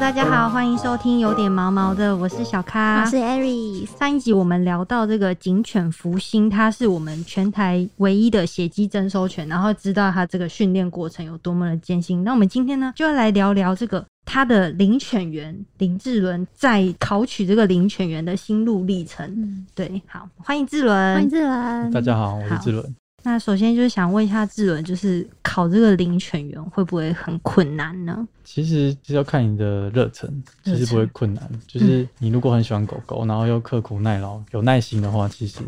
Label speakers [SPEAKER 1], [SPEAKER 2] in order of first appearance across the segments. [SPEAKER 1] 大家好，欢迎收听有点毛毛的，我是小咖，
[SPEAKER 2] 我是 Aries。
[SPEAKER 1] 上一集我们聊到这个警犬福星，它是我们全台唯一的血迹征收犬，然后知道它这个训练过程有多么的艰辛。那我们今天呢，就要来聊聊这个它的领犬员林志伦在考取这个领犬员的心路历程。
[SPEAKER 2] 嗯，
[SPEAKER 1] 对，好，欢迎志
[SPEAKER 2] 欢迎
[SPEAKER 1] 伦。
[SPEAKER 2] 志伦。
[SPEAKER 3] 大家好，我
[SPEAKER 1] 嗯
[SPEAKER 3] 是
[SPEAKER 1] 好
[SPEAKER 3] 志伦。
[SPEAKER 1] 那首先就是想问一下志伦，就是考这个领犬员会不会很困难呢？
[SPEAKER 3] 其实其实要看你的热忱，
[SPEAKER 1] 热
[SPEAKER 3] 其实不会
[SPEAKER 1] 忱
[SPEAKER 3] 困难。就是你如果很喜欢狗狗，然后又刻苦耐劳、有耐心的话，其实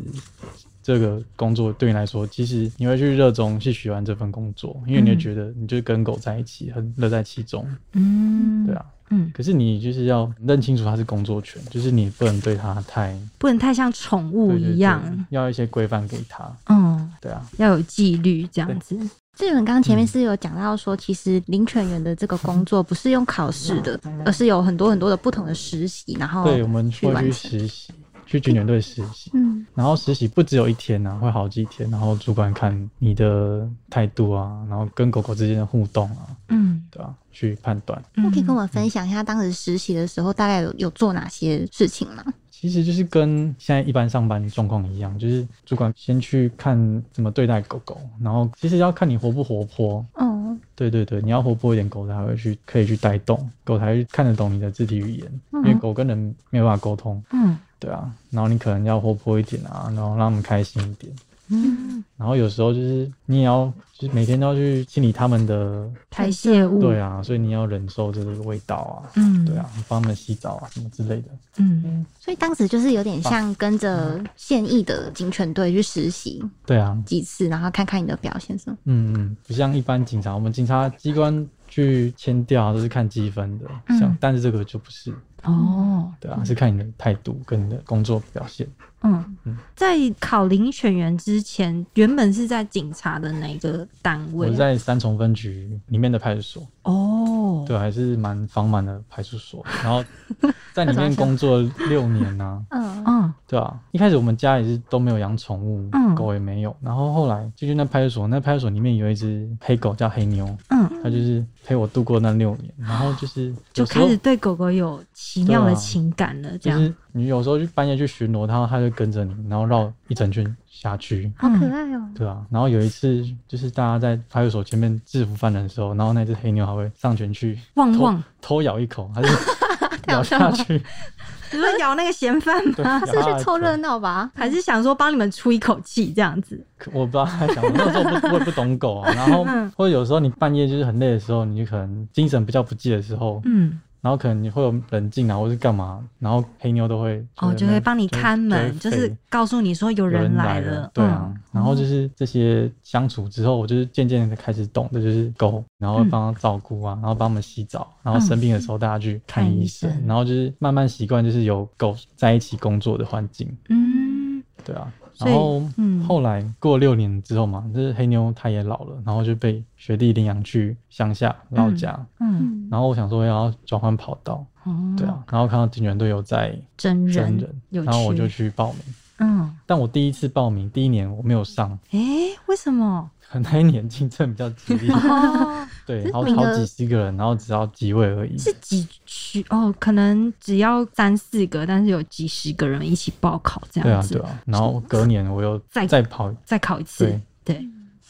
[SPEAKER 3] 这个工作对你来说，其实你会去热衷去喜欢这份工作，因为你会
[SPEAKER 1] 嗯
[SPEAKER 3] 觉得你就跟狗在一起，很乐在其中，
[SPEAKER 1] 嗯，
[SPEAKER 3] 对，啊。
[SPEAKER 1] 嗯，
[SPEAKER 3] 可是你就是要认清楚它是工作犬，就是你不能对它太
[SPEAKER 1] 不能太像宠物
[SPEAKER 3] 对对对
[SPEAKER 1] 一样，
[SPEAKER 3] 要一些规范给它，
[SPEAKER 1] 嗯，
[SPEAKER 3] 对啊。
[SPEAKER 1] 要有纪律这样子。
[SPEAKER 2] 志伦刚刚前
[SPEAKER 3] 嗯
[SPEAKER 2] 面是有讲到说，其实领犬员的这个工作不是用考试的，而是有很多很多的不同的实习，然
[SPEAKER 1] 哦
[SPEAKER 2] 后
[SPEAKER 3] 嗯对，我们
[SPEAKER 2] 去
[SPEAKER 3] 会
[SPEAKER 2] 完
[SPEAKER 3] 去
[SPEAKER 2] 成
[SPEAKER 3] 实习，去军犬队实习。
[SPEAKER 2] 嗯
[SPEAKER 3] 然后实习不只有一天啊，会好几天。然后主管看你的态度啊，然后跟狗狗之间的互动啊，
[SPEAKER 1] 嗯，
[SPEAKER 3] 对吧、去判断。
[SPEAKER 2] 那可以跟我们分享一下当时实习的时候大概有有做哪些事情吗？
[SPEAKER 3] 其实就是跟现在一般上班状况一样，就是主管先去看怎么对待狗狗，然后其实要看你活不活泼。
[SPEAKER 2] 哦，
[SPEAKER 3] 对对对，你要活泼一点，狗才会去可以去带动，狗才会看得懂你的肢体语言，因为狗跟人没有办法沟通，
[SPEAKER 1] 嗯
[SPEAKER 3] 对啊。然后你可能要活泼一点啊，然后让他们开心一点。
[SPEAKER 1] 嗯，
[SPEAKER 3] 然后有时候就是你也要，就是每天都要去清理他们的
[SPEAKER 1] 排泄物，
[SPEAKER 3] 对啊，所以你要忍受这个味道啊，
[SPEAKER 1] 嗯，
[SPEAKER 3] 对啊，，帮他们洗澡啊什么之类的。
[SPEAKER 1] 嗯
[SPEAKER 2] 所以当时就是有点
[SPEAKER 3] 啊
[SPEAKER 2] 像跟着现役的警犬队去实习
[SPEAKER 3] 对啊，
[SPEAKER 2] 几次，然后看看你的表现什么。
[SPEAKER 3] 嗯嗯，不像一般警察，我们警察机关去签调啊都是看积分的，
[SPEAKER 1] 嗯
[SPEAKER 3] 像但是这个就不是，
[SPEAKER 1] 哦，
[SPEAKER 3] 对啊，是看你的态度跟你的工作表现。
[SPEAKER 1] 嗯
[SPEAKER 3] 嗯，
[SPEAKER 1] 在考遴选员之前，原本是在警察的哪个单
[SPEAKER 3] 我
[SPEAKER 1] 位啊？
[SPEAKER 3] 在三重分局里面的派出所，
[SPEAKER 1] 哦，
[SPEAKER 3] 对啊，还是蛮繁忙的派出 所，然后在
[SPEAKER 2] 那
[SPEAKER 3] 里
[SPEAKER 2] 怎么
[SPEAKER 3] 面
[SPEAKER 2] 想
[SPEAKER 3] 工作六年呐、
[SPEAKER 2] 嗯
[SPEAKER 1] 嗯
[SPEAKER 3] 对啊，一开始我们家也是都没有养宠物，
[SPEAKER 1] 嗯
[SPEAKER 3] 狗也没有。然后后来就去那派出所，那派出所里面有一只黑狗叫黑妞，
[SPEAKER 1] 嗯，
[SPEAKER 3] 它就是陪我度过那六年。然后就是
[SPEAKER 1] 就
[SPEAKER 3] 有时候
[SPEAKER 1] 开始对狗狗有奇妙的
[SPEAKER 3] 对啊啊
[SPEAKER 1] 情感了，这
[SPEAKER 3] 就
[SPEAKER 1] 样，
[SPEAKER 3] 是你有时候去半夜去巡逻，然后它就跟着你，然后绕一整圈辖区。
[SPEAKER 2] 好可
[SPEAKER 1] 嗯
[SPEAKER 2] 爱哦。
[SPEAKER 3] 对啊，然后有一次就是大家在派出所前面制服犯人的时候，然后那只黑妞还会上前去
[SPEAKER 1] 旺
[SPEAKER 3] 偷
[SPEAKER 1] 旺，
[SPEAKER 3] 偷咬一 口，还是
[SPEAKER 2] 好
[SPEAKER 3] 咬
[SPEAKER 2] 笑了
[SPEAKER 3] 下去，
[SPEAKER 1] 你说咬那个嫌犯吗？
[SPEAKER 3] 对，他
[SPEAKER 2] 是去凑热闹吧？
[SPEAKER 1] 还是想说帮你们出一口气这样子？
[SPEAKER 3] 可我不知道他想什么，那时候我不我也不懂 狗啊。然后
[SPEAKER 1] 嗯
[SPEAKER 3] 或者有时候你半夜就是很累的时候，你就可能精神比较不济的时候，
[SPEAKER 1] 嗯，
[SPEAKER 3] 然后可能你会有冷静啊，或是干嘛，然后黑妞都会
[SPEAKER 1] 哦，就会帮你看门，就
[SPEAKER 3] 会
[SPEAKER 1] 是
[SPEAKER 3] 吠
[SPEAKER 1] 告诉你说有
[SPEAKER 3] 有人
[SPEAKER 1] 来嗯
[SPEAKER 3] 来对啊。然后
[SPEAKER 1] 就
[SPEAKER 3] 就是这些相处之后，我就是渐渐的开始懂的就是狗，然后
[SPEAKER 1] 嗯
[SPEAKER 3] 帮它照顾啊，然后帮它们洗澡，然后生病的时候大家去看
[SPEAKER 1] 看医
[SPEAKER 3] 医生，
[SPEAKER 1] 生
[SPEAKER 3] 然后就是慢慢习惯就是有狗在一起工作的环境，
[SPEAKER 1] 嗯，
[SPEAKER 3] 对啊。
[SPEAKER 1] 所以
[SPEAKER 3] 然后
[SPEAKER 1] 嗯
[SPEAKER 3] 后来过六年之后嘛，就是黑妞她也老了，然后就被学弟领养去乡下老家。
[SPEAKER 1] 嗯，
[SPEAKER 2] 嗯，
[SPEAKER 3] 然后我想说要转换跑道，
[SPEAKER 1] 哦
[SPEAKER 3] 对啊，，然后看到警犬队有在
[SPEAKER 1] 真人
[SPEAKER 3] 真人，
[SPEAKER 1] 有
[SPEAKER 3] 然后我
[SPEAKER 1] 趣
[SPEAKER 3] 就去报名。
[SPEAKER 1] 嗯，
[SPEAKER 3] 但我第一次报名，第一年我没有上，
[SPEAKER 1] 诶，为什 么？
[SPEAKER 3] 那一年竞争比较 激烈，
[SPEAKER 1] 哦，
[SPEAKER 3] 对，
[SPEAKER 2] 是
[SPEAKER 3] 好
[SPEAKER 2] 名
[SPEAKER 3] 好
[SPEAKER 2] 额
[SPEAKER 3] 几十个人，然后只要几位而已。
[SPEAKER 1] 是几区？哦，可能只要三四个，但是有几十个人一起报考这
[SPEAKER 3] 对
[SPEAKER 1] 样
[SPEAKER 3] 啊，
[SPEAKER 1] 子，
[SPEAKER 3] 对啊。然后隔年我又
[SPEAKER 1] 再
[SPEAKER 3] 再跑，
[SPEAKER 1] 再考一次，对，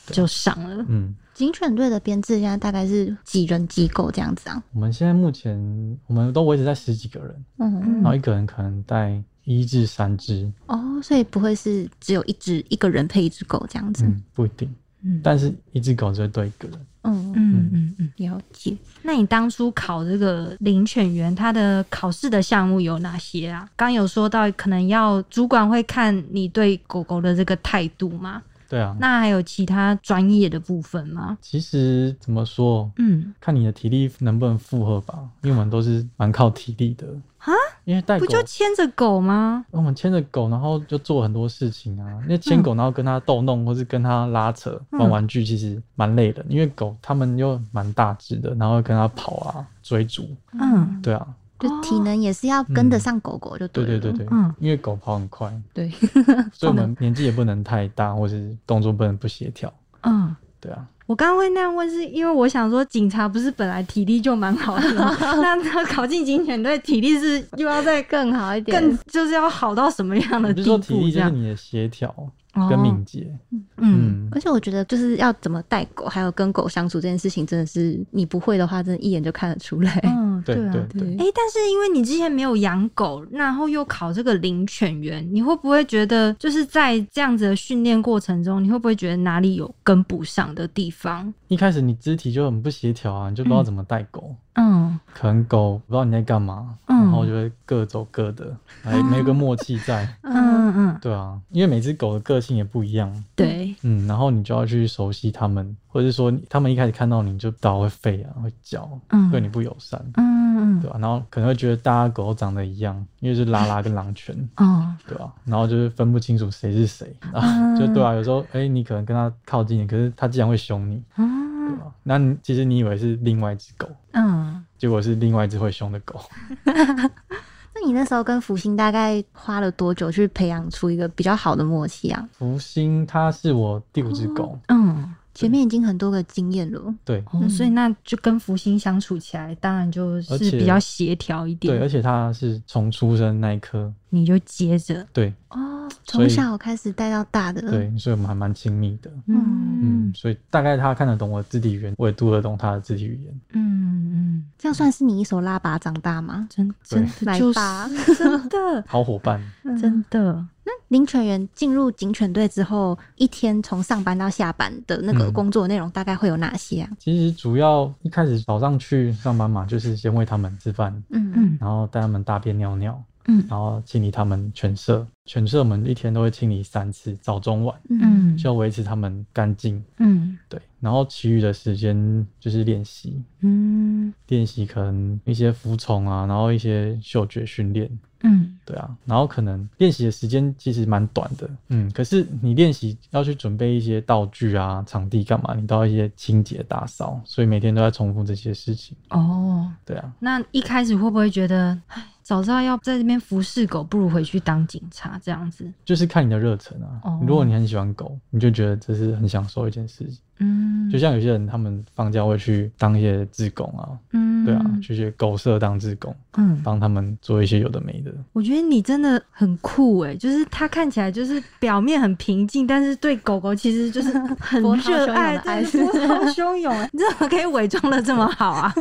[SPEAKER 3] 对
[SPEAKER 1] 就上了。
[SPEAKER 3] 嗯。
[SPEAKER 2] 警犬队的编制现在大概是几人机构这样子啊？
[SPEAKER 3] 我们现在目前我们都维持在十几个人，
[SPEAKER 2] 嗯
[SPEAKER 3] 然后一个人可能带一至三只，
[SPEAKER 2] 哦，所以不会是只有一只一个人配一只狗这样子。
[SPEAKER 3] 嗯，不一定，
[SPEAKER 1] 嗯
[SPEAKER 3] 但是一只狗只会对一个人。
[SPEAKER 2] 嗯，
[SPEAKER 1] 嗯嗯嗯，
[SPEAKER 2] 了解。
[SPEAKER 1] 那你当初考这个领犬员，他的考试的项目有哪些啊？刚有说到，可能要主管会看你对狗狗的这个态度嘛？
[SPEAKER 3] 对啊，
[SPEAKER 1] 那还有其他专业的部分吗？
[SPEAKER 3] 其实怎么说，
[SPEAKER 1] 嗯，
[SPEAKER 3] 看你的体力能不能负荷吧，因为我们都是蛮靠体力的
[SPEAKER 1] 啊。
[SPEAKER 3] 因为带
[SPEAKER 1] 不
[SPEAKER 3] 狗，
[SPEAKER 1] 就牵着狗吗？
[SPEAKER 3] 我们牵着狗，然后就做很多事情啊。因为牵狗，然后跟它逗弄，或是跟它拉扯、
[SPEAKER 1] 嗯
[SPEAKER 3] 玩玩具，其实蛮累的。因为狗它们又蛮大只的，然后跟它跑啊、追逐，
[SPEAKER 1] 嗯
[SPEAKER 3] 对啊，
[SPEAKER 2] 就体能也是要跟得上狗狗就
[SPEAKER 3] 对对
[SPEAKER 2] 了。
[SPEAKER 3] 对对，
[SPEAKER 1] 嗯
[SPEAKER 3] 因为狗跑很快，
[SPEAKER 2] 对
[SPEAKER 3] 所以我们年纪也不能太大，或是动作不能不协调，
[SPEAKER 1] 嗯，
[SPEAKER 3] 对啊。
[SPEAKER 1] 我刚刚会那样问，是因为我想说，警察不是本来体力就蛮好的 吗？那他考进警犬队，体力是又要再
[SPEAKER 2] 更好一点，
[SPEAKER 1] 更就是要好到什么样的
[SPEAKER 3] 不
[SPEAKER 1] 地
[SPEAKER 3] 是说
[SPEAKER 1] 步？
[SPEAKER 3] 体力，
[SPEAKER 1] 这
[SPEAKER 3] 就是
[SPEAKER 1] 样
[SPEAKER 3] 你的协调
[SPEAKER 1] 哦
[SPEAKER 3] 跟敏捷。
[SPEAKER 1] 嗯，
[SPEAKER 3] 嗯，
[SPEAKER 2] 而且我觉得就是要怎么带狗，还有跟狗相处这件事情，真的是你不会的话，真的一眼就看得出来。
[SPEAKER 1] 嗯，
[SPEAKER 3] 对
[SPEAKER 1] 啊。
[SPEAKER 3] 对
[SPEAKER 2] 对
[SPEAKER 1] 哎、但是因为你之前没有养狗，然后又考这个领犬员，你会不会觉得就是在这样子的训练过程中，你会不会觉得哪里有跟不上的地方？
[SPEAKER 3] 一开始你肢体就很不协调啊，你就不知道怎么带狗。
[SPEAKER 1] 嗯，
[SPEAKER 3] 可能狗不知道你在干嘛，
[SPEAKER 1] 嗯啊
[SPEAKER 3] 然后就会各走各的，哎，没有个默契 在。
[SPEAKER 1] 嗯嗯，
[SPEAKER 3] 对啊，因为每只狗的个性也不一样，
[SPEAKER 1] 对，
[SPEAKER 3] 嗯，然后你就要去熟悉它们，或者是说它们一开始看到你就倒会吠啊，会叫，
[SPEAKER 1] 嗯
[SPEAKER 3] 对你不友善，
[SPEAKER 1] 嗯嗯
[SPEAKER 3] 对啊吧、然后可能会觉得大家狗都长得一样，因为是拉拉跟狼 犬，
[SPEAKER 1] 哦，
[SPEAKER 3] 对吧、然后就是分不清楚谁是谁，啊，就对啊，有时候哎、你可能跟它靠近，可是它竟然会凶你，对
[SPEAKER 1] 嗯
[SPEAKER 3] 吧、那你其实你以为是另外一只狗，
[SPEAKER 1] 嗯，
[SPEAKER 3] 结果是另外一只会凶的狗。
[SPEAKER 2] 那你那时候跟福星大概花了多久去培养出一个比较好的默契啊？
[SPEAKER 3] 福星它是我第五只狗，
[SPEAKER 1] 嗯
[SPEAKER 2] 前面已经很多个经验了，
[SPEAKER 3] 对
[SPEAKER 1] 哦，所以那就跟福星相处起来，当然就
[SPEAKER 3] 而
[SPEAKER 1] 是
[SPEAKER 3] 且
[SPEAKER 1] 比较协调一
[SPEAKER 3] 对，而
[SPEAKER 1] 点，
[SPEAKER 3] 且它是从出生那一刻，
[SPEAKER 1] 你就接着，
[SPEAKER 3] 对
[SPEAKER 2] 哦，
[SPEAKER 3] 所
[SPEAKER 2] 从
[SPEAKER 3] 以
[SPEAKER 2] 小开始带到大的，，
[SPEAKER 3] 对，所以我们还蛮亲密的。
[SPEAKER 1] 嗯
[SPEAKER 3] 嗯，所以大概他看得懂我的肢体语言，我也读得懂他的肢体语言。
[SPEAKER 1] 嗯嗯，
[SPEAKER 2] 这样算是你一手拉拔长大吗？
[SPEAKER 1] 真真的
[SPEAKER 2] 来
[SPEAKER 1] 就是
[SPEAKER 2] 吧
[SPEAKER 1] 真的
[SPEAKER 3] 好伙 伴，
[SPEAKER 2] 嗯
[SPEAKER 1] 真的，
[SPEAKER 2] 领犬员进入警犬队之后，一天从上班到下班的那个
[SPEAKER 3] 嗯
[SPEAKER 2] 工作内容大概会有哪些啊？
[SPEAKER 3] 其实主要一开始早上去上班嘛，就是先喂他们吃饭，
[SPEAKER 2] 嗯
[SPEAKER 1] 嗯
[SPEAKER 3] 然后带他们大便尿尿，
[SPEAKER 1] 嗯
[SPEAKER 3] 然后清理他们犬舍。犬舍我们一天都会清理三次，早中晚，
[SPEAKER 1] 嗯
[SPEAKER 3] 就要维持他们干净。
[SPEAKER 1] 嗯
[SPEAKER 3] 对，然后其余的时间就是练习，
[SPEAKER 1] 嗯
[SPEAKER 3] 练习可能一些服从啊，然后一些嗅觉训练，
[SPEAKER 1] 嗯
[SPEAKER 3] 对啊，然后可能练习的时间其实蛮短的，嗯，可是你练习要去准备一些道具啊、场地干嘛，你都要一些清洁打扫，所以每天都在重复这些事情，
[SPEAKER 1] 哦，
[SPEAKER 3] 对啊，
[SPEAKER 1] 那一开始会不会觉得，唉早知道要在这边服侍狗，不如回去当警察这样子？
[SPEAKER 3] 就是看你的热忱啊。
[SPEAKER 1] 哦
[SPEAKER 3] 如果你很喜欢狗，你就觉得这是很享受一件事情。
[SPEAKER 1] 嗯
[SPEAKER 3] 就像有些人他们放假会去当一些志工啊，
[SPEAKER 1] 嗯
[SPEAKER 3] 对啊，去些狗舍当志工，
[SPEAKER 1] 嗯，
[SPEAKER 3] 帮他们做一些有的没的。
[SPEAKER 1] 我觉得你真的很酷哎，就是它看起来就是表面很平静，但是对狗狗其实就是很
[SPEAKER 2] 波涛汹涌
[SPEAKER 1] 热
[SPEAKER 2] 的
[SPEAKER 1] 爱，
[SPEAKER 2] 爱
[SPEAKER 1] 但 是波涛汹涌哎，你怎么可以伪装的这么好啊？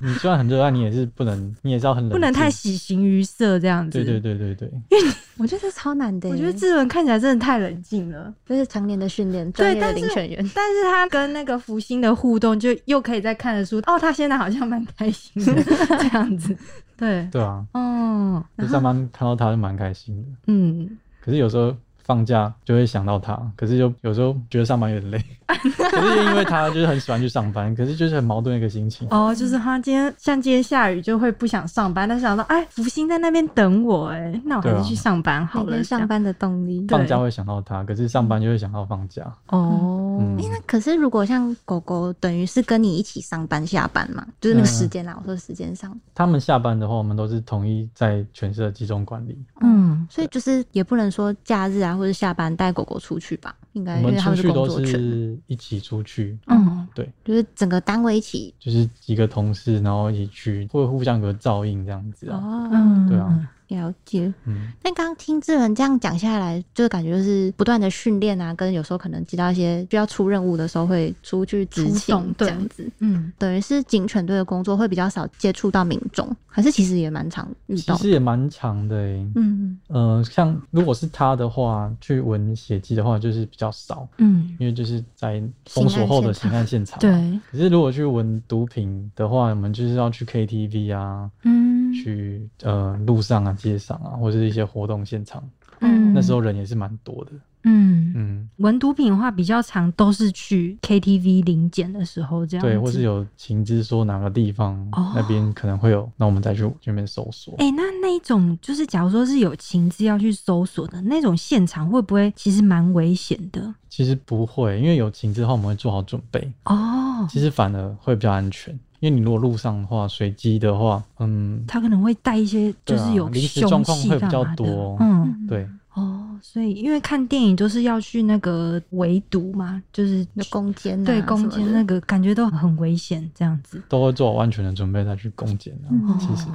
[SPEAKER 3] 你虽然很热爱，你也是不能，你也是要很冷
[SPEAKER 1] 不能太
[SPEAKER 3] 静。
[SPEAKER 1] 喜
[SPEAKER 3] 啊
[SPEAKER 1] 形于色这样子。
[SPEAKER 3] 对对对对对，
[SPEAKER 2] 我觉得这超难的耶，
[SPEAKER 1] 我觉得志文看起来真的太冷静了，
[SPEAKER 2] 这是常年的训练，专业的
[SPEAKER 1] 但是
[SPEAKER 2] 领犬员。
[SPEAKER 1] 但是他跟那个福星的互动，就又可以再看得出，哦，他现在好像蛮开心 的这样子。对，
[SPEAKER 3] 对啊，
[SPEAKER 1] 哦，
[SPEAKER 3] 就上班看到他就蛮开心的。
[SPEAKER 1] 嗯，
[SPEAKER 3] 可是有时候放假就会想到他，可是就有时候觉得上班有 点累，可是因为他就是很喜欢去上班，可是就是很矛盾的一个心情。
[SPEAKER 1] 哦，就是他今天像今天下雨就会不想上班，但是想到，哎，福星在那边等我，哎，那我还
[SPEAKER 3] 对
[SPEAKER 1] 是
[SPEAKER 3] 啊
[SPEAKER 1] 去上班好
[SPEAKER 2] 每
[SPEAKER 1] 了。
[SPEAKER 2] 天上班的动力。
[SPEAKER 1] 对
[SPEAKER 3] 放假会想到他，可是上班就会想到放假。
[SPEAKER 1] 这样哦，
[SPEAKER 3] 嗯，
[SPEAKER 2] 哎，那可是如果像狗狗，等于是跟你一起上班下班嘛，就是那个
[SPEAKER 3] 嗯
[SPEAKER 2] 时间啦。啊我说时间上，
[SPEAKER 3] 他们下班的话，我们都是统一在全社集中管理。
[SPEAKER 1] 嗯
[SPEAKER 2] 所以就是也不能说假日啊或者下班带狗狗出去吧，应该
[SPEAKER 3] 我
[SPEAKER 2] 因为
[SPEAKER 3] 们
[SPEAKER 2] 他
[SPEAKER 3] 出
[SPEAKER 2] 们是
[SPEAKER 3] 去
[SPEAKER 2] 工
[SPEAKER 3] 都
[SPEAKER 2] 作犬，
[SPEAKER 3] 是一起出去，
[SPEAKER 1] 嗯
[SPEAKER 2] 就是整个单位一起。
[SPEAKER 3] 就是几个同事，然后一起去，会互相有个照应这样子啊。
[SPEAKER 2] 哦，
[SPEAKER 1] 嗯，
[SPEAKER 3] 对啊，
[SPEAKER 2] 了解。
[SPEAKER 3] 嗯，
[SPEAKER 2] 但刚刚听志仁这样讲下来，就感觉就是不断的训练啊，跟有时候可能接到一些需要出任务的时候会出去执
[SPEAKER 1] 出动
[SPEAKER 2] 勤这
[SPEAKER 1] 对
[SPEAKER 2] 样子。
[SPEAKER 1] 嗯，
[SPEAKER 2] 等于是警犬队的工作会比较少接触到民众，还是其实也蛮常遇
[SPEAKER 3] 其
[SPEAKER 2] 到的。
[SPEAKER 3] 实也蛮长的诶、
[SPEAKER 2] 嗯，
[SPEAKER 3] 呃，像如果是他的话，去闻血迹的话，就是比较少，
[SPEAKER 1] 嗯，
[SPEAKER 3] 因为就是在封锁后的
[SPEAKER 2] 刑
[SPEAKER 3] 刑案现场。。
[SPEAKER 1] 对，
[SPEAKER 3] 可是如果去闻毒品的话，我们就是要去 KTV 啊，
[SPEAKER 1] 嗯
[SPEAKER 3] 去呃路上啊、街上啊，或者是一些活动现场，
[SPEAKER 1] 嗯，
[SPEAKER 3] 那时候人也是蛮多的。
[SPEAKER 1] 嗯。
[SPEAKER 3] 嗯，
[SPEAKER 1] 闻毒品的话，比较常都是去 KTV 零检的时候这样子。
[SPEAKER 3] 对，或是有情知说哪个地方、
[SPEAKER 1] 哦
[SPEAKER 3] 那边可能会有，那我们再去这边搜索。
[SPEAKER 1] 哎、那那一种就是，假如说是有情资要去搜索的那种现场，会不会其实蛮危险的？
[SPEAKER 3] 其实不会，因为有情知的话，我们会做好准备。
[SPEAKER 1] 哦，
[SPEAKER 3] 其实反而会比较安全，因为你如果路上的话，随机的话，嗯，
[SPEAKER 1] 他可能会带一些就
[SPEAKER 3] 对啊
[SPEAKER 1] 是有
[SPEAKER 3] 临时
[SPEAKER 1] 凶
[SPEAKER 3] 状况
[SPEAKER 1] 器
[SPEAKER 3] 会比
[SPEAKER 1] 干
[SPEAKER 3] 较
[SPEAKER 1] 嘛的。
[SPEAKER 3] 多
[SPEAKER 1] 嗯，
[SPEAKER 3] 对，
[SPEAKER 1] 哦，哦，所以因为看电影就是要去那个围堵嘛，就是
[SPEAKER 2] 那攻坚、啊、
[SPEAKER 1] 对
[SPEAKER 2] 什
[SPEAKER 1] 攻
[SPEAKER 2] 么
[SPEAKER 1] 坚
[SPEAKER 2] 的
[SPEAKER 1] 那个感觉都很危险，这样子。
[SPEAKER 3] 都会做好安全的准备再去攻坚啊。
[SPEAKER 2] 嗯
[SPEAKER 3] 其实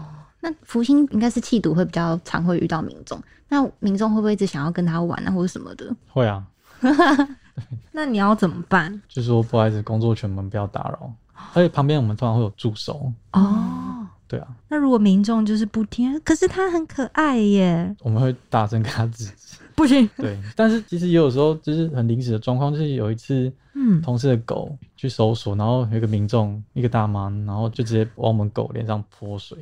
[SPEAKER 2] 那福星应该是气毒会比较常会遇到民众，那民众会不会一直想要跟他玩啊，或者什么的？
[SPEAKER 3] 会啊，
[SPEAKER 1] 那你要怎么办？
[SPEAKER 3] 就说不好意思，工作全门不要打扰。而且旁边我们通常会有助手，
[SPEAKER 1] 哦，
[SPEAKER 3] 对啊，
[SPEAKER 1] 那如果民众就是不听，可是他很可爱耶，
[SPEAKER 3] 我们会大声跟他制止。
[SPEAKER 1] 不行，
[SPEAKER 3] 对，但是其实也有时候就是很临时的状况，就是有一次
[SPEAKER 1] 嗯，
[SPEAKER 3] 同事的狗去搜索，然后有一个民众一个大妈，然后就直接往我们狗脸上泼水，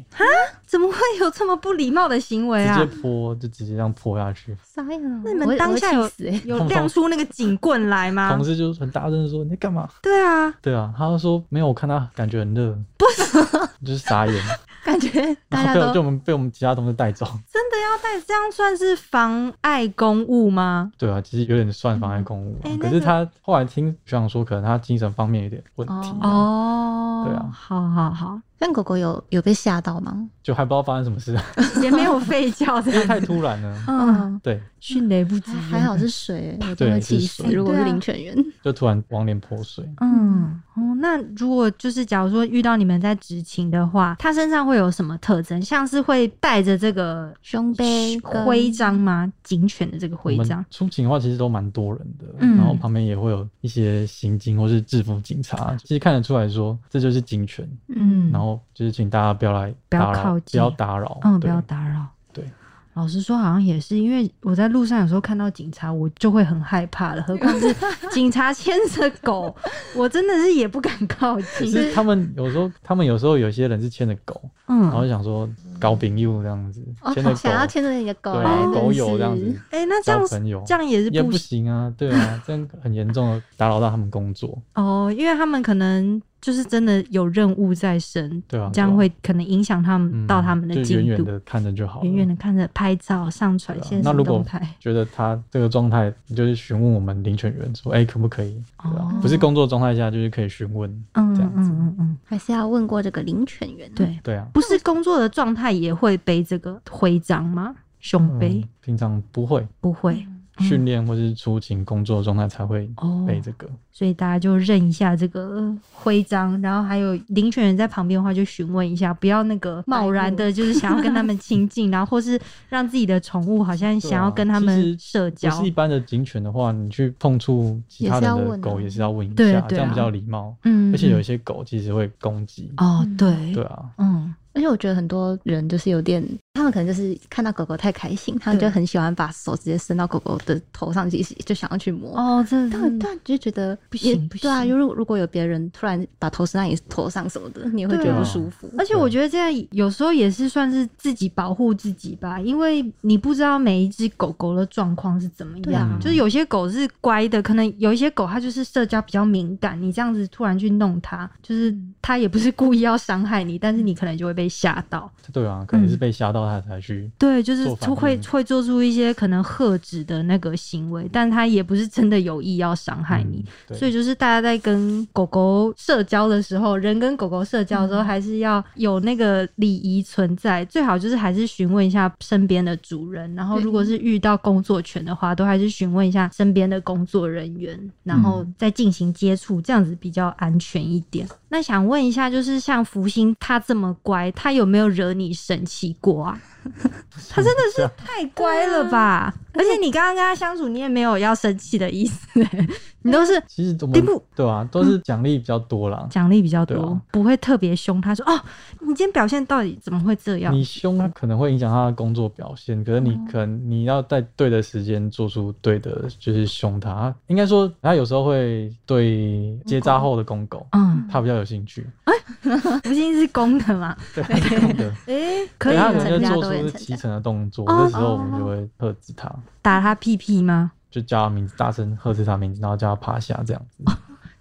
[SPEAKER 1] 怎么会有这么不礼貌的行为
[SPEAKER 3] 直接
[SPEAKER 1] 啊？
[SPEAKER 3] 泼就直接这样泼下去。
[SPEAKER 2] 啥呀？
[SPEAKER 1] 那你们当下有
[SPEAKER 2] 死、欸、
[SPEAKER 1] 有亮出那个警棍来吗
[SPEAKER 3] 同？事就很大声的说：“你在干嘛
[SPEAKER 1] 对啊？”，
[SPEAKER 3] 对啊，他就说没有，我看他感觉很热，不就是傻眼，
[SPEAKER 2] 感觉大
[SPEAKER 3] 然后
[SPEAKER 2] 家
[SPEAKER 3] 被我
[SPEAKER 2] 都
[SPEAKER 3] 就我们被我们其他同事带走。
[SPEAKER 1] 真的要带这样算是妨碍公务吗？
[SPEAKER 3] 对啊，其实有点算妨碍公务、啊
[SPEAKER 1] 哎那
[SPEAKER 3] 可是
[SPEAKER 1] 个
[SPEAKER 3] 他后来听学长说，可能他精神方面有点问题、啊，
[SPEAKER 1] 哦，
[SPEAKER 3] 对啊
[SPEAKER 1] 好好好，
[SPEAKER 2] 那狗狗有有被吓到吗？
[SPEAKER 3] 就还不知道发生什么事，啊
[SPEAKER 1] 也没有吠叫这
[SPEAKER 3] 因为
[SPEAKER 1] 样，
[SPEAKER 3] 太突然了。
[SPEAKER 1] 嗯，
[SPEAKER 3] 对，
[SPEAKER 1] 迅雷不及
[SPEAKER 2] 还
[SPEAKER 1] 掩，
[SPEAKER 2] 啊还好是 水、欸，我真
[SPEAKER 3] 嗯对
[SPEAKER 2] 的
[SPEAKER 3] 是
[SPEAKER 2] 气死。
[SPEAKER 3] 水
[SPEAKER 2] 如果是
[SPEAKER 1] 对啊
[SPEAKER 2] 林犬员，
[SPEAKER 3] 就突然往脸泼水，
[SPEAKER 1] 嗯，哦，那如果就是假如说遇到你们在执勤的话，他身上会有什么特征？像是会带着这个
[SPEAKER 2] 胸杯跟
[SPEAKER 1] 徽章吗？警犬的这个徽
[SPEAKER 3] 我
[SPEAKER 1] 章
[SPEAKER 3] 们，出警的话，其实都蛮多人的，
[SPEAKER 1] 嗯
[SPEAKER 3] 然后旁边也会有一些刑警或是制服警察，其实看得出来说这就是警犬，
[SPEAKER 1] 嗯，
[SPEAKER 3] 然后就是请大家不要来
[SPEAKER 1] 不要
[SPEAKER 3] 打扰
[SPEAKER 1] 靠
[SPEAKER 3] 不
[SPEAKER 1] 近
[SPEAKER 3] 要打扰，
[SPEAKER 1] 嗯，不
[SPEAKER 3] 对
[SPEAKER 1] 要打扰。
[SPEAKER 3] 对，
[SPEAKER 1] 老实说，好像也是，因为我在路上有时候看到警察，我就会很害怕了，何况 是警察牵着狗，我真的是也不敢靠
[SPEAKER 3] 可
[SPEAKER 1] 近。
[SPEAKER 3] 是他们有时候，他们有时候有些人是牵着狗，然后
[SPEAKER 1] 嗯，
[SPEAKER 3] 就想说搞饼友这样子，
[SPEAKER 2] 哦
[SPEAKER 3] 牵着，狗，
[SPEAKER 2] 想要牵着你的狗
[SPEAKER 3] 对
[SPEAKER 2] 来
[SPEAKER 3] 啊
[SPEAKER 1] 哦，
[SPEAKER 3] 狗友这样
[SPEAKER 2] 认识
[SPEAKER 3] 子
[SPEAKER 1] 哎、那这
[SPEAKER 3] 交
[SPEAKER 1] 样
[SPEAKER 3] 朋友
[SPEAKER 1] 这，样也是
[SPEAKER 3] 也
[SPEAKER 1] 不
[SPEAKER 3] 不
[SPEAKER 1] 行
[SPEAKER 3] 行啊，对 啊，这样很严重的打扰到他们工作，
[SPEAKER 1] 哦，因为他们可能就是真的有任务在身，
[SPEAKER 3] 对啊，
[SPEAKER 1] 这样
[SPEAKER 3] 对啊
[SPEAKER 1] 会可能影响他们
[SPEAKER 3] 嗯
[SPEAKER 1] 到他们的
[SPEAKER 3] 就远
[SPEAKER 1] 进
[SPEAKER 3] 远
[SPEAKER 1] 度。
[SPEAKER 3] 的看着就好了，
[SPEAKER 1] 远远的看着拍照、上传
[SPEAKER 3] 对啊
[SPEAKER 1] 现
[SPEAKER 3] 那
[SPEAKER 1] 实
[SPEAKER 3] 如果
[SPEAKER 1] 动态，
[SPEAKER 3] 觉得他这个状态，你就是询问我们领犬员说，哎、可不可以？对吧、
[SPEAKER 1] 哦
[SPEAKER 3] 不是工作状态下，就是可以询问，
[SPEAKER 1] 嗯嗯
[SPEAKER 3] 这样子
[SPEAKER 1] 嗯嗯，
[SPEAKER 2] 还是要问过这个林犬员。，
[SPEAKER 1] 对，
[SPEAKER 3] 对啊。
[SPEAKER 1] 不是工作的状态也会背这个徽章吗？胸背、
[SPEAKER 3] 嗯，平常不会
[SPEAKER 1] 不会
[SPEAKER 3] 训练或是出勤工作状态才会
[SPEAKER 1] 嗯哦，
[SPEAKER 3] 背这个，
[SPEAKER 1] 所以大家就认一下这个徽章，然后还有领犬人在旁边的话，就询问一下，不要那个贸然的，就是想要跟他们亲近，然后或是让自己的宠物好像想要跟他
[SPEAKER 3] 对
[SPEAKER 1] 们
[SPEAKER 3] 啊其实
[SPEAKER 1] 社
[SPEAKER 3] 不
[SPEAKER 1] 交。
[SPEAKER 3] 是一般的警犬的话，你去碰触其他人
[SPEAKER 2] 也是要
[SPEAKER 3] 的
[SPEAKER 2] 问啊
[SPEAKER 3] 狗也是要问一下，
[SPEAKER 1] 对啊对啊
[SPEAKER 3] 这样比较礼貌。
[SPEAKER 1] 嗯
[SPEAKER 3] 而且有一些狗其实会攻击，
[SPEAKER 1] 哦，对，
[SPEAKER 3] 对啊，
[SPEAKER 1] 嗯，
[SPEAKER 2] 而且我觉得很多人就是有点，他们可能就是看到狗狗太开心，他们
[SPEAKER 1] 对
[SPEAKER 2] 就很喜欢把手直接伸到狗狗的头上去，就想要去摸。
[SPEAKER 1] 哦，这
[SPEAKER 2] 但但就觉得
[SPEAKER 1] 不
[SPEAKER 2] 也
[SPEAKER 1] 行不
[SPEAKER 2] 对啊，
[SPEAKER 1] 行
[SPEAKER 2] 如果如果有别人突然把头伸到你头上什么的，你也会觉
[SPEAKER 1] 对
[SPEAKER 2] 得
[SPEAKER 1] 啊
[SPEAKER 2] 不舒服。
[SPEAKER 1] 而且我觉得这样有时候也是算是自己保护自己吧，因为你不知道每一只狗狗的状况是怎么
[SPEAKER 2] 对
[SPEAKER 1] 样。
[SPEAKER 2] 啊
[SPEAKER 1] 就是有些狗是乖的，可能有一些狗它就是社交比较敏感，你这样子突然去弄它，就是它也不是故意要伤害你，但是你可能就会被吓到。
[SPEAKER 3] 对啊，可能
[SPEAKER 1] 嗯
[SPEAKER 3] 是被吓到他才去，
[SPEAKER 1] 对，就是
[SPEAKER 3] 做反应
[SPEAKER 1] 会会做出一些可能喝止的那个行为，但它也不是真的有意要伤害你。
[SPEAKER 3] 嗯，
[SPEAKER 1] 所以
[SPEAKER 3] 对，
[SPEAKER 1] 就是大家在跟狗狗社交的时候，人跟狗狗社交的时候，还是要有那个礼仪存在。最好就是还是询问一下身边的主人，然后
[SPEAKER 2] 对
[SPEAKER 1] 如果是遇到工作犬的话，都还是询问一下身边的工作人员，然后再进行接触，这样子比较安全一点。那想问一下，就是像福星他这么乖，他有没有惹你生气过啊？他真的是
[SPEAKER 3] 啊
[SPEAKER 1] 太乖了吧！ 而且你刚刚跟他相处，你也没有要生气的意思、 你都是
[SPEAKER 3] 其实我
[SPEAKER 1] 丁
[SPEAKER 3] 们
[SPEAKER 1] 布
[SPEAKER 3] 对啊，都是奖励比较多啦。
[SPEAKER 1] 奖励比较多，
[SPEAKER 3] 对啊
[SPEAKER 1] 不会特别凶。他说：“哦，你今天表现到底怎么会这样
[SPEAKER 3] 你凶可能会影响他的工作表现，可是
[SPEAKER 1] 哦
[SPEAKER 3] 你可能你要在对的时间做出对的，就是凶他。应该说，他有时候会对结扎后的公狗？”，
[SPEAKER 1] 嗯，
[SPEAKER 3] 他比较有兴趣，
[SPEAKER 1] 不信是公的 嘛？
[SPEAKER 3] 对，他是公的，
[SPEAKER 1] 诶、 可以
[SPEAKER 3] 他
[SPEAKER 1] 了
[SPEAKER 3] 可能
[SPEAKER 2] 成
[SPEAKER 3] 就
[SPEAKER 2] 家
[SPEAKER 3] 做
[SPEAKER 2] 都
[SPEAKER 3] 出
[SPEAKER 2] 有
[SPEAKER 3] 骑乘的动作，
[SPEAKER 1] 哦
[SPEAKER 3] 这时候我们就会呵斥他，
[SPEAKER 1] 打他屁屁吗？
[SPEAKER 3] 就叫他名字，大声呵斥他名字，然后叫他趴下这样子。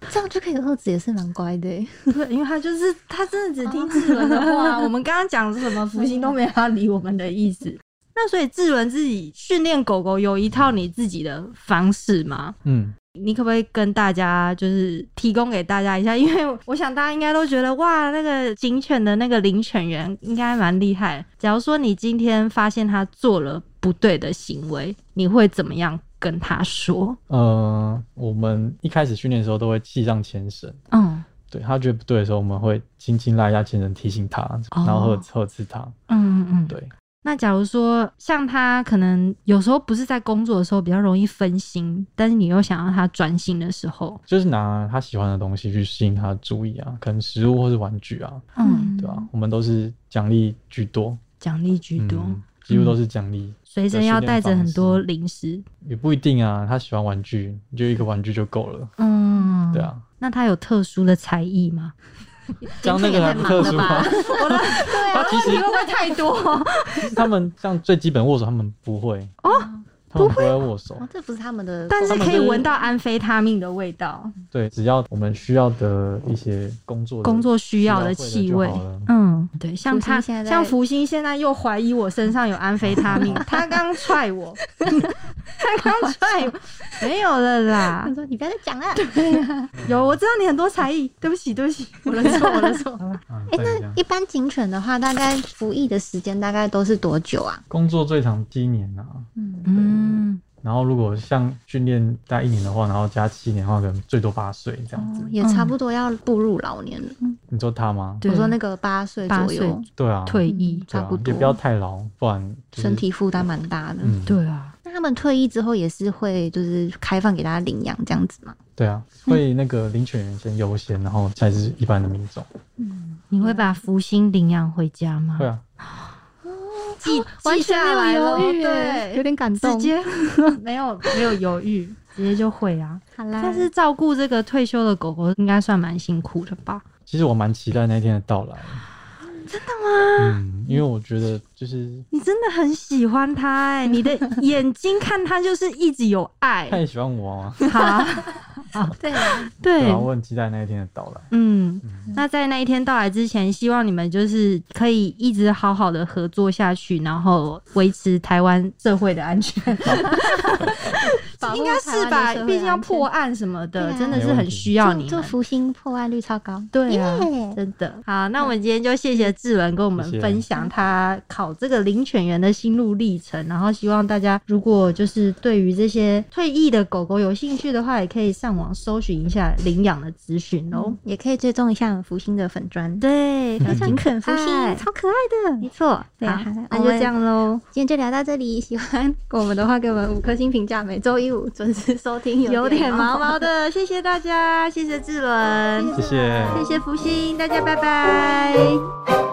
[SPEAKER 2] 这样就可以遏制，也是蛮乖的欸。
[SPEAKER 1] 对，因为他就是他真的只听志伦的话。 我们刚刚讲什么福星都没有要理我们的意思。那所以志伦自己训练狗狗有一套你自己的方式吗？
[SPEAKER 3] 嗯，
[SPEAKER 1] 你可不可以跟大家就是提供给大家一下？ 因为我想大家应该都觉得哇，那个警犬的那个领犬员应该蛮厉害。假如说你今天发现他做了不对的行为，你会怎么样跟他说？
[SPEAKER 3] 呃，我们一开始训练的时候都会系上牵绳，
[SPEAKER 1] 嗯
[SPEAKER 3] 对他觉得不对的时候，我们会轻轻拉一下牵绳提醒他，然后呵呵斥他。
[SPEAKER 1] 嗯嗯嗯。
[SPEAKER 3] 对，
[SPEAKER 1] 那假如说像他可能有时候不是在工作的时候比较容易分心，但是你又想让他专心的时候，
[SPEAKER 3] 就是拿他喜欢的东西去吸引他的注意啊，可能食物或是玩具啊，
[SPEAKER 1] 嗯，
[SPEAKER 3] 对吧、啊？我们都是奖励居多，
[SPEAKER 1] 奖励居多，
[SPEAKER 3] 嗯、几乎都是奖励，
[SPEAKER 1] 随身要带着很多零食。
[SPEAKER 3] 也不一定啊。他喜欢玩具，你就一个玩具就够了，
[SPEAKER 1] 嗯，
[SPEAKER 3] 对。啊。
[SPEAKER 1] 那他有特殊的才艺吗？
[SPEAKER 3] 像那个还不特殊啊吗？ 他其
[SPEAKER 1] 你
[SPEAKER 3] 实
[SPEAKER 1] 会不会太 多？
[SPEAKER 3] 他们像最基本握手，他们不会哦，他们不会握手
[SPEAKER 2] 哦，，这不是他们的工
[SPEAKER 1] 但
[SPEAKER 2] 作，
[SPEAKER 1] 是可以闻到安非他命的味道，
[SPEAKER 3] 对，只要我们需要的一些工作的
[SPEAKER 1] 工作需要的气味
[SPEAKER 3] 需要会的就好了。
[SPEAKER 1] 嗯，对，像
[SPEAKER 2] 福星
[SPEAKER 1] 他，
[SPEAKER 2] 现在在
[SPEAKER 1] 像福星现在又怀疑我身上有安非他 命，他刚踹 我，他刚踹我，没有了啦
[SPEAKER 2] 他。说你不要再讲了。
[SPEAKER 1] 有，我知道你很多才艺，对不起，对不起， 我的错，我的错。
[SPEAKER 3] 啊
[SPEAKER 2] 哎、
[SPEAKER 3] 再一下
[SPEAKER 2] 那一般警犬的话，大概服役的时间大概都是多久啊？
[SPEAKER 3] 工作最长七年啊，
[SPEAKER 2] 嗯，
[SPEAKER 1] 嗯，
[SPEAKER 3] 然后如果像训练大概一年的话，然后加七年的话，可能最多八岁这样子。
[SPEAKER 2] 嗯也差不多要步入老年了。
[SPEAKER 3] 你说他吗？
[SPEAKER 1] 嗯对
[SPEAKER 2] 我说那个八岁
[SPEAKER 1] 八
[SPEAKER 2] 左
[SPEAKER 1] 岁
[SPEAKER 2] 右，
[SPEAKER 3] 对啊，
[SPEAKER 1] 退役，
[SPEAKER 3] 对
[SPEAKER 2] 差
[SPEAKER 3] 啊
[SPEAKER 2] 不多
[SPEAKER 3] 也不要太老，不然就是
[SPEAKER 2] 身体负担蛮大的。
[SPEAKER 3] 嗯，
[SPEAKER 1] 对啊，
[SPEAKER 2] 那他们退役之后也是会就是开放给大家领养这样子嘛？
[SPEAKER 3] 对啊，会那个领犬员先优先，然后才是一般的民众。
[SPEAKER 2] 嗯
[SPEAKER 1] 你会把福星领养回家吗
[SPEAKER 3] 对？啊，
[SPEAKER 1] 记
[SPEAKER 2] 完
[SPEAKER 1] 记
[SPEAKER 2] 全
[SPEAKER 1] 下来
[SPEAKER 2] 没有
[SPEAKER 1] 了，
[SPEAKER 2] 犹豫耶，有
[SPEAKER 1] 对，
[SPEAKER 2] 点感
[SPEAKER 1] 直
[SPEAKER 2] 动。
[SPEAKER 1] 接 没有没有犹豫，直接就会啊。
[SPEAKER 2] 好啦，
[SPEAKER 1] 但是照顾这个退休的狗狗，应该算蛮辛苦的吧？
[SPEAKER 3] 其实我蛮期待那天的到来。 真的吗？嗯，因为我觉得就是
[SPEAKER 1] 你真的很喜欢它 哎、你的眼睛看它就是一直有爱
[SPEAKER 3] 他，也喜欢我啊，
[SPEAKER 1] 好，
[SPEAKER 2] 对啊，
[SPEAKER 3] 对
[SPEAKER 1] 对
[SPEAKER 3] 啊，，我很期待那一天的到来。
[SPEAKER 1] 嗯，那在那一天到来之前，希望你们就是可以一直好好的合作下去，然后维持台湾社会的安全，
[SPEAKER 2] 保护
[SPEAKER 1] 应该是
[SPEAKER 2] 台
[SPEAKER 1] 吧
[SPEAKER 2] 湾的社？会
[SPEAKER 1] 毕竟要
[SPEAKER 2] 安全
[SPEAKER 1] 破案什么的，
[SPEAKER 2] 对啊
[SPEAKER 1] 真的是很需要你
[SPEAKER 2] 祝祝
[SPEAKER 1] 们。
[SPEAKER 2] 福星破案率超高。
[SPEAKER 1] 对啊
[SPEAKER 2] 耶
[SPEAKER 1] 真的好，那我们今天就谢谢志文跟我们
[SPEAKER 3] 谢谢
[SPEAKER 1] 分享他考这个领犬员的心路历程，然后希望大家如果就是对于这些退役的狗狗有兴趣的话，也可以上网搜寻一下领养的资讯哦。
[SPEAKER 2] 也可以追踪一下福星的粉砖，
[SPEAKER 1] 对，非常
[SPEAKER 2] 警犬福
[SPEAKER 1] 爱
[SPEAKER 2] 星超可爱的，
[SPEAKER 1] 没错，
[SPEAKER 2] 对啊
[SPEAKER 1] 好
[SPEAKER 2] 好的
[SPEAKER 1] 那就这样喽。
[SPEAKER 2] 今天就聊到这里，喜欢我们的话，给我们五颗星评价，每周一五准时收听，
[SPEAKER 1] 有点毛
[SPEAKER 2] 毛。
[SPEAKER 1] 毛的，谢谢大家，谢谢志伦，
[SPEAKER 3] 谢谢。
[SPEAKER 1] 谢谢福星，大家拜拜。